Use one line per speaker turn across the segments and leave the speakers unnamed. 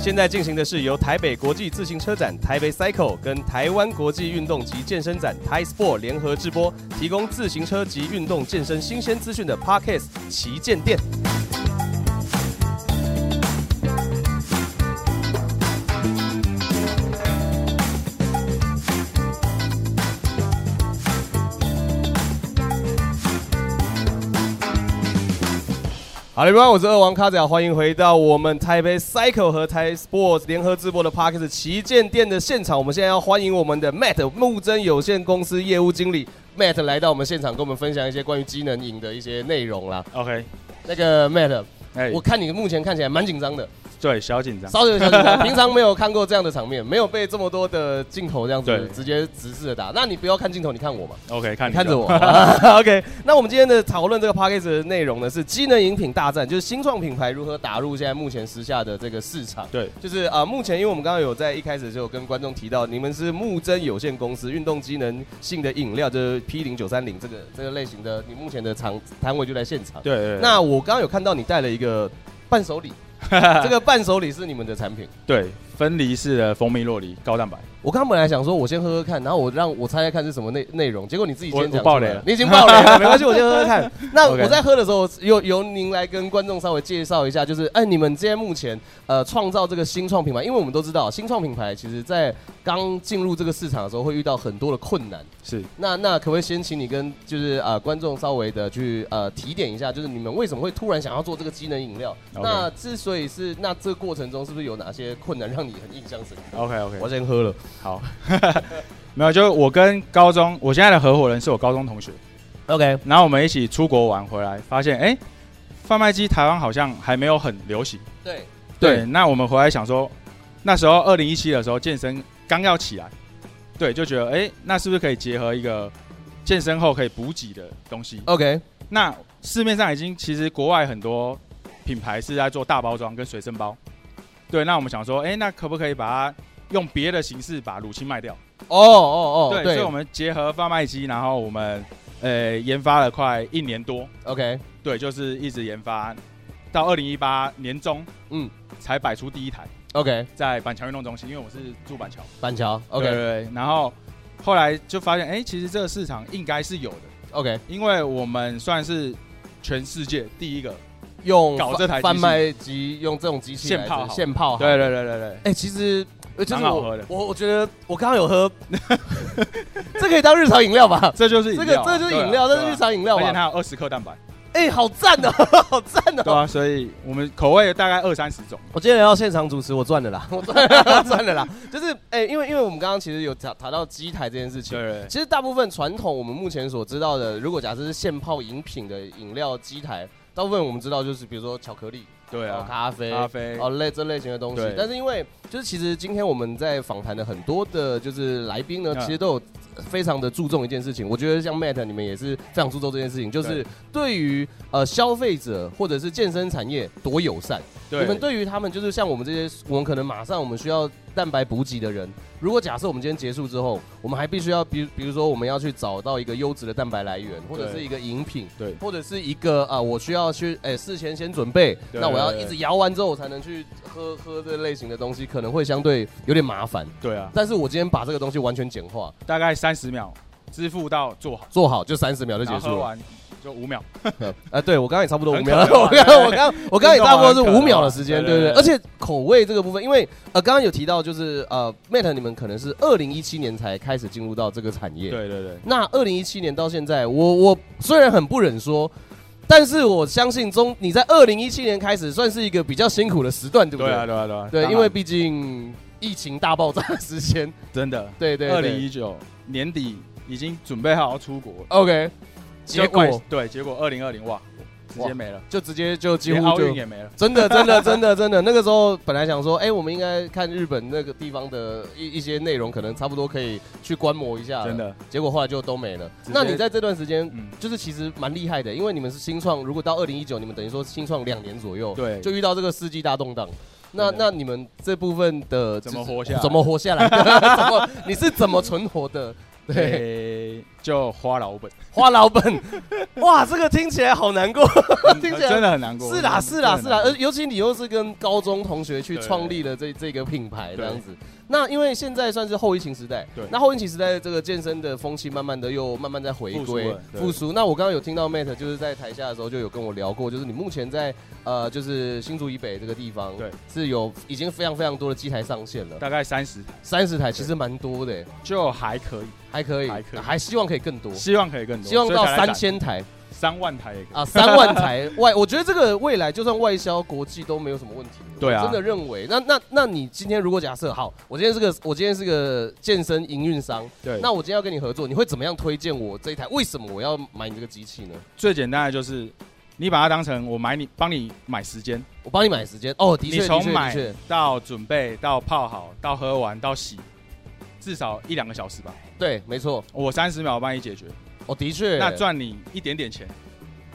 现在进行的是由台北国际自行车展台北 Cycle 跟台湾国际运动及健身展 Thai Sport 联合直播，提供自行车及运动健身新鲜资讯的 Parkes 旗舰店。好了，各位，我是二王卡仔，啊欢迎回到我们台北 Cycle 和台 Sports 联合直播的 Parkes 旗舰店的现场。我们现在要欢迎我们的 Matt 木真有限公司业务经理 Matt 来到我们现场，跟我们分享一些关于机能营的一些内容啦。
OK，
那个 Matt，
哎、
我看你目前看起来蛮紧张的，
对，小紧 张，
稍微有小紧张，平常没有看过这样的场面，没有被这么多的镜头这样
对
子直接直视的打。那你不要看镜头，你看我嘛。
OK，看
你
你
看着
就
我
好。
，OK。那我们今天的讨论这个 p a c k a g e 的内容呢，是机能饮品大战，就是新创品牌如何打入现在目前时下的这个市场。
对，
就是啊、呃目前因为我们刚刚有在一开始就有跟观众提到，你们是木真有限公司运动机能性的饮料，就是 P 零九三零这个这个类型的，你目前的场摊位就在现场。
对对，对
那我刚刚有看到你带了一个伴手 礼，这个伴手礼是你们的产品。
对分离式的蜂蜜洛梨高蛋白，
我刚本来想说，我先喝喝看，然后我让我猜猜看是什么内内容，结果你自己先
我
讲出来
我爆雷了
你已经爆雷 了，没关系，我先喝喝看。那
OK
我在喝的时候，由由您来跟观众稍微介绍一下，就是哎，你们今天目前呃创造这个新创品牌，因为我们都知道新创品牌其实在刚进入这个市场的时候会遇到很多的困难。
是
那那可不可以先请你跟就是呃观众稍微的去呃提点一下，就是你们为什么会突然想要做这个机能饮料
OK
那之所以是那这个过程中是不是有哪些困难让你很印象深刻？
OK OK，
我先喝了。
好，没有，就是我跟高中，我现在的合伙人是我高中同学，
OK，
然后我们一起出国玩回来，发现哎、贩卖机台湾好像还没有很流行。
对，
对，那我们回来想说，那时候二零一七的时候健身刚要起来，对，就觉得哎、那是不是可以结合一个健身后可以补给的东西？
OK，
那市面上已经其实国外很多品牌是在做大包装跟随身包，对。那我们想说，哎、那可不可以把它用别的形式把乳清卖掉？
哦哦哦，
对，所以我们结合贩卖机，然后我们呃研发了快一年多，
OK，
对，就是一直研发到二零一八年中，
嗯
嗯，才摆出第一台
OK，
在板桥运动中心，因为我是住板桥
板桥
对
，OK
对对。然后后来就发现，哎、其实这个市场应该是有的，
OK，
因为我们算是全世界第一个
用
搞这台机器
贩卖机，用这种机器来
现泡好
现哦泡好，
对对对对对，
哎，其实呃就是
蛮好
我
喝的
我我觉得我刚刚有喝， 这可以当日常饮料吧？
这就是 饮
这个
料
这
啊
就是
对啊
饮料，
对
这
啊
是日常饮料
而且它
吧？
有二十克 蛋白，
哎，好赞哦， 好赞
对
哦！
啊，所以我们口味大概二三十种，
我今天要现场主持，我赚了 啦，我赚了啦， 赚了啦！就是哎，因为因为我们刚刚其实有谈谈到机台这件事情
对，对对
其实大部分传统我们目前所知道的，如果假设是现泡饮品的饮料机台，大部分我们知道就是比如说巧克力、
对
然后
啊，
哦咖啡、
咖啡
哦类这类型的东西
对。
但是因为就是其实今天我们在访谈的很多的，就是来宾呢，
嗯
其实都有非常的注重一件事情。我觉得像 Matt 你们也是非常注重这件事情，就是对于呃消费者或者是健身产业多友善。
对，
你们对于他们就是像我们这些，我们可能马上我们需要蛋白补给的人，如果假设我们今天结束之后，我们还必须要，比比如说我们要去找到一个优质的蛋白来源，或者
对
是一个饮品，
对
或者是一个啊、我需要去哎、事前先准备，
对
那我要
对
一
对
直摇完之后我才能去喝喝这类型的东西，可能会相对有点麻烦。
对啊，
但是我今天把这个东西完全简化，
大概三十秒支付到做好，
做好就三十秒就
然
结
后
束了。
喝完就五秒，
啊、 对我刚刚也差不多五
很
秒，
渴
我
望对
刚我
对
刚我刚刚也差不多是五秒的时间，
运
对
动
不对？
完很渴望
而且口味这个部分，因为呃刚刚有提到，就是呃 Mate 你们可能是二零一七年才开始进入到这个产业，。
对对对，
那二零一七年到现在，我我虽然很不忍说，但是我相信中你在二零一七年开始算是一个比较辛苦的时段，对不
对
对？
啊对啊对啊，
对
当然
因为毕竟疫情大爆炸的时间，
真的，
对对对
二零一九年底已经准备 好要出国了，
OK，结
就快
果
对，结果二零二零哇，直
哇
接没了，
就直接就几
连
乎
奥
就
运也没了，
真的，真的，真的，真的。那个时候本来想说，哎、我们应该看日本那个地方的一一些内容，可能差不多可以去观摩一下。
真，的，
结果后来就都没了。
直接
那你在这段时间，
嗯，
就是其实蛮厉害的，因为你们是新创，如果到二零一九，你们等于说新创两年左右，
对
就遇到这个世纪大动荡。那
真的
那你们这部分的
怎么
就是
活下来
怎么活下来的？怎么你是怎么存活的？对，
对，就花老本，
花老本，哇，这个听起来好难过。
嗯
听起来
真的很难过。
是啦，是啦，是啦，
真的很难
呃
过，
尤其你又是跟高中同学去
对
创立了这这个品牌这
对
样子。那因为现在算是后疫情时代，
对
那后疫情时代的这个健身的风气慢慢的又慢慢在回归
复苏了对
复苏。那我刚刚有听到 Mate 就是在台下的时候就有跟我聊过，就是你目前在呃就是新竹以北这个地方，
对，
是有已经非常非常多的机台上线了，
大概三十台
三十台其实蛮多的，
就还可以，
还可以，
还可以
还希望可以更多。
希望可以更多，
希望
所以
到
才来
三
展
千台
三万台也可以。
啊，三万台外，我觉得这个未来就算外销国际都没有什么问题。
对啊
我真的认为，那那那你今天如果假设好，我今天是个我今天是个健身营运商，
对，
那我今天要跟你合作，你会怎么样推荐我这一台？为什么我要买你这个机器呢？
最简单的就是你把它当成我买你帮你买时间，
我帮你买时间哦，的
你
确，的
从
确，的
买
确，
到准备到泡好到喝完到洗，至少一两个小时吧。
对，没错，
我三十秒帮你解决，
哦，的确，
那赚你一点点钱。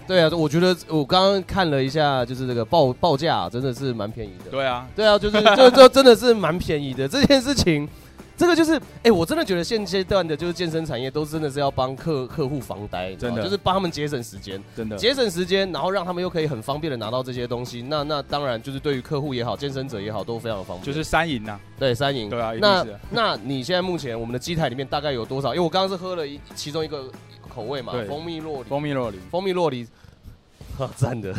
对啊，我觉得我刚刚看了一下，就是这个报报价啊真的是蛮便宜的，
对啊，
对啊，就是就 就真的是蛮便宜的这件事情。这个就是，哎、我真的觉得现阶段的就是健身产业都真的是要帮客客户防呆，你知道吗
真的
就是帮他们节省时间，
真的。
节省时间，然后让他们又可以很方便的拿到这些东西。那那当然就是对于客户也好，健身者也好，都非常的方便。
就是三赢呐、
对三赢。
对啊，一定
那
是的
那你现在目前我们的机台里面大概有多少？因为我刚刚是喝了一其中一个口味嘛
对，
蜂蜜洛梨，
蜂蜜洛梨，
蜂蜜洛梨， 呵赞的。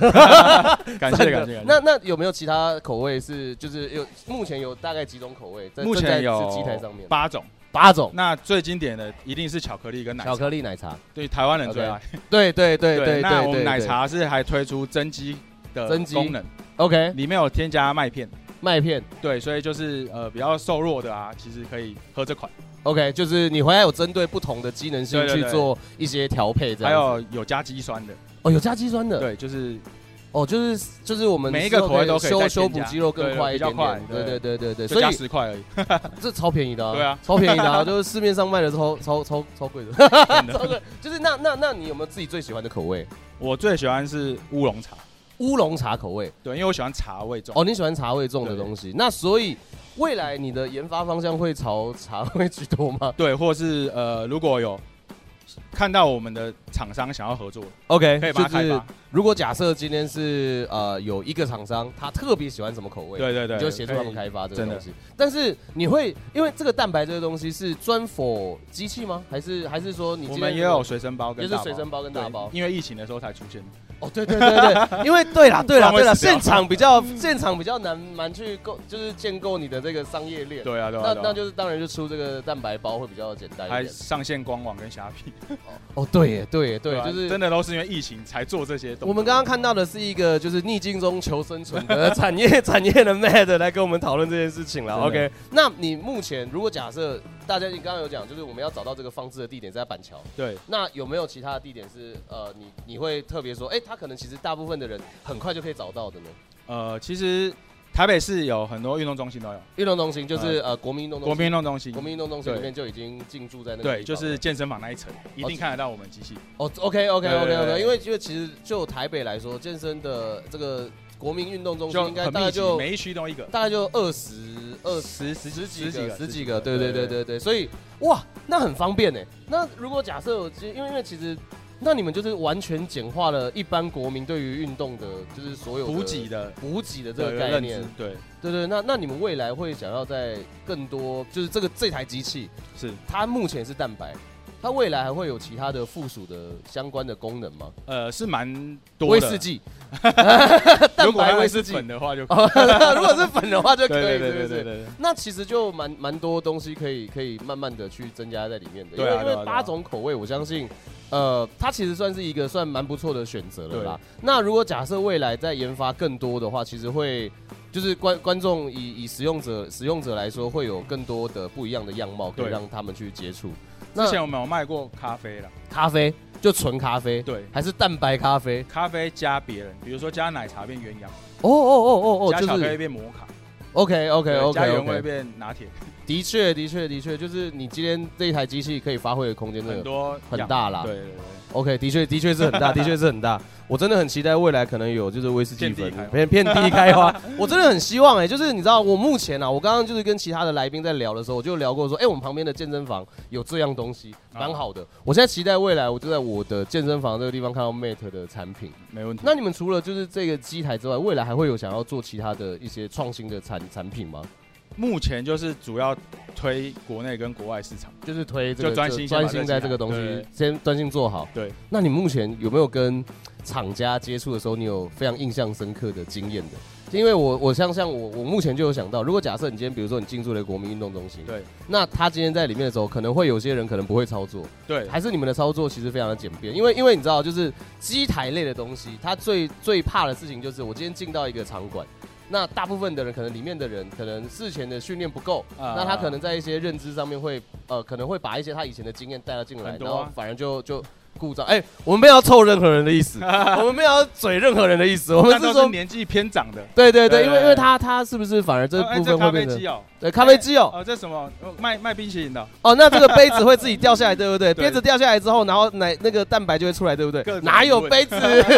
感
真
谢
的
感谢感谢。
那那有没有其他口味是就是有目前有大概几种口味在？
目前
正在
有
是机台上面
八种，
八种
那最经典的一定是巧克力跟奶
巧
茶，
克力奶茶。
对台湾人最
OK
爱。
对对对对对
那我
对
们
对。
奶茶是还推出增肌的
增肌
功能，
OK
里面有添加麦片，
麦片
对，所以就是呃比较瘦弱的啊，其实可以喝这款，
OK，就是你回来有针对不同的机能性
对对
去
对
做一些调配，这
还
样
有
子。
有加肌酸的，
哦，有加肌酸的。
对，就是
哦，就是就是我们
每一个口味都可以
修
再
修
添
补
加
肌肉更
对
快一点点
比。较
对
快
对对对对，
就
所
加
以
十 块而已，
这超便宜的啊。
对啊
超便宜的 啊，就是市面上卖的超超超超贵的，
真
超
的。
贵。就是那那那你有没有自己最喜欢的口味？
我最喜欢是乌龙茶，
乌龙茶口味。
对，因为我喜欢茶味重，
哦，你喜欢茶味重的东西，那所以未来你的研发方向会朝茶味居多吗
对，或是呃如果有看到我们的厂商想要合作，
？OK，
可以帮
就
他开
是
发，
如果假设今天是呃有一个厂商，他特别喜欢什么口味，
对对对，
你就协助他们
可以。
开发这个
真的
东西。但是你会因为这个蛋白这个东西是专否机器吗？还是还是说你
我
今
们
天
也有随身包跟
也是
大包，
随身包跟大包
对？因为疫情的时候才出现，
哦，对对对对，因为对啦 对啦
不然会
对啦，
死掉
现场比 较现场比较难蛮去构，就是建构你的这个商业链。
对啊对啊，
那
对啊
那就是当然就出这个蛋白包会比较简单一
还
点。
上线官网跟虾皮，
哦，对耶，对耶，对，
啊
就是
真的都是因为疫情才做这些东西。
我们刚刚看到的是一个就是逆境中求生存的产业产业 的 Mad 来跟我们讨论这件事情了。
真的
OK，那你目前如果假设大家你刚刚有讲，就是我们要找到这个放置的地点是在板桥，
对
那有没有其他的地点是呃你你会特别说，哎、他可能其实大部分的人很快就可以找到的呢？
呃，其实台北市有很多运动中心都有，
运动中心就是呃国民运动中
国
心，
民运动中心
国，民运动中心
对
里面就已经进驻在那个
对，
地方
就是健身房那一层，一定看得到我们机器。
哦，OK OK
对
OK
对
OK，
对
因为因为其实就台北来说，健身的这个国民运动中心
就
应该
很
大概
密集
就，
每一区都一个，
大概就二十二十
十十
十几
十
个十几
几
个，
个，
对对对对对，所以哇，那很方便呢。欸那如果假设我其实因为因为其实。那你们就是完全简化了一般国民对于运动的，就是所有的
补给的
补给的这
这
个
个
概
认
念
知，，对，
对对。那那你们未来会想要在更多，就是这个这台机器，
是
它目前是蛋白，它未来还会有其他的附属的相关的功能吗？
呃是蛮多的。
威士忌， 蛋
如果
白
它
威
是
士忌。
粉的话就可以。
哦如果是粉的话就可以，
对
是
对对
不
对
是
对对，对
那其实就蛮蛮多东西可以可以慢慢的去增加在里面的，因
对
为
啊
因
对啊
为
对啊
八种口味，我相信，呃，它其实算是一个算蛮不错的选择了啦
对。
那如果假设未来再研发更多的话，其实会就是观观众以以使用者使用者来说，会有更多的不一样的样貌可以
对
让他们去接触。
之
那
前我们有卖过咖啡啦，
咖啡就纯咖啡，
对，
还是蛋白咖啡？
咖啡加别人，比如说加奶茶变鸳鸯，
哦哦哦哦哦，
加
就
巧克力
是
变摩卡，
OK OK
对
OK
加原味
OK，
变拿铁，
的确，的确，的确，就是你今天这一台机器可以发挥的空间真
很
的
多
很
样
大啦。
对对对，
OK，的确，的确是很 大，的确是很大。我真的很期待未来可能有就是威士忌粉
遍地开花
遍遍地开花， 我真的很希望哎、就是你知道我目前啊，我刚刚就是跟其他的来宾在聊的时候，我就聊过说，哎、我们旁边的健身房有这样东西，
啊
蛮好的。我现在期待未来，我就在我的健身房这个地方看到 Mate 的产品。
没问题。
那你们除了就是这个机台之外，未来还会有想要做其他的一些创新的产产品吗？
目前就是主要推国内跟国外市场，
就是推这个
就专心先
专
把
心
这
在
个
这个东
对
西
对，
先专心做好。
对，
那你目前有没有跟厂家接触的时候，你有非常印象深刻的经验的？因为我我像像我我目前就有想到，如果假设你今天比如说你进驻了国民运动中心，
对，
那他今天在里面的时候，可能会有些人可能不会操作，
对
还是你们的操作其实非常的简便，因为因为你知道，就是机台类的东西，它最最怕的事情就是我今天进到一个场馆，那大部分的人可能里面的人可能事前的训练不够，
啊
那他可能在一些认知上面会呃可能会把一些他以前的经验带到进来，
很多
然
啊
后反而就就故障。哎、我们没有要凑任何人的意 思，我们没有要嘴任何人的意思，我们
那
是
都是
说。
年纪偏长的。
对对对，
对
因为因为他他是不是反而这
哦哎
部分
咖
会
啡
变成
机哦，
对咖啡机哦，
哦，这什么哦卖卖冰淇淋的，
哦，那这个杯子会自己掉下来，对不对？
对
杯子掉下来之后，然后奶那个蛋白就会出来，对不对
各？种
哪有
疑问
杯子？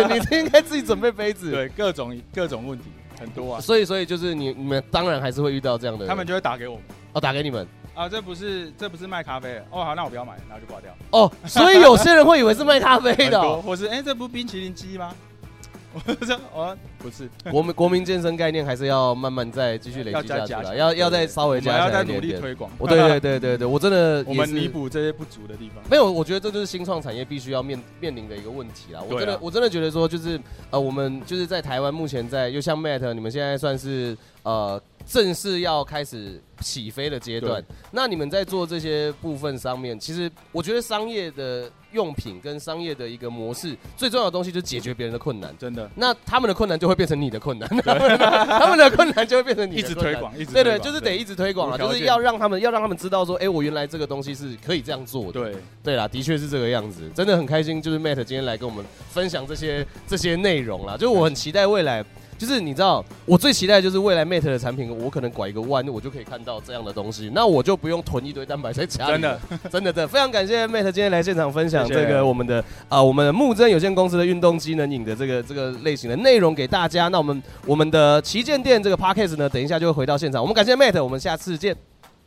你应该自己准备杯子。，
对，各种各种问题很多啊，
所以所以就是你你们当然还是会遇到这样的人，
他们就会打给我们
哦打给你们
啊，这不是这不是卖咖啡的，哦好，那我不要买，然后就挂掉。
哦，所以有些人会以为是卖咖啡
很
的
多，
哦、
或是哎，这不冰淇淋机吗？ 我说哦，不是，
国民国民健身概念还是要慢慢再继续累积
要
下
加
去
加
了，
强
要要
对
再稍微
我们
加强
要
一
再
点
努力
点
推广，
哦我对 对对对对，我真的
我
也
们
是
弥补这些不足的地方。
没有，我觉得这就是新创产业必须要面面临的一个问题啦。我真的、
对啊
我真的觉得说，就是呃，我们就是在台湾目前在，又像 Matt，你们现在算是呃正式要开始起飞的阶段。那你们在做这些部分上面，其实我觉得商业的用品跟商业的一个模式，最重要的东西就是解决别人的困难。
真的
那他们的困难就会变成你的困 难，他们的他们的困难就会变成你
一
的困难。
直推广，一直
对
推
对，
广
就是得一直推广了，
无条
就
件
是要让他们要让他们知道说，哎，我原来这个东西是可以这样做的。
对
对啦，的确是这个样子，真的很开心，就是 Matt 今天来跟我们分享这些这些内容啦，就是我很期待未来。就是你知道，我最期待就是未来 Mate 的产品，我可能拐一个弯，我就可以看到这样的东西，那我就不用囤一堆蛋白在家里。
真的，
真的，真的，非常感谢 Mate 今天来现场分享
谢
这
谢
个我们的啊、我们木真有限公司的运动机能饮的这个这个类型的内容给大家。那我们我们的旗舰店这个 Podcast 呢，等一下就会回到现场。我们感谢 Mate，我们下次见。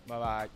拜拜。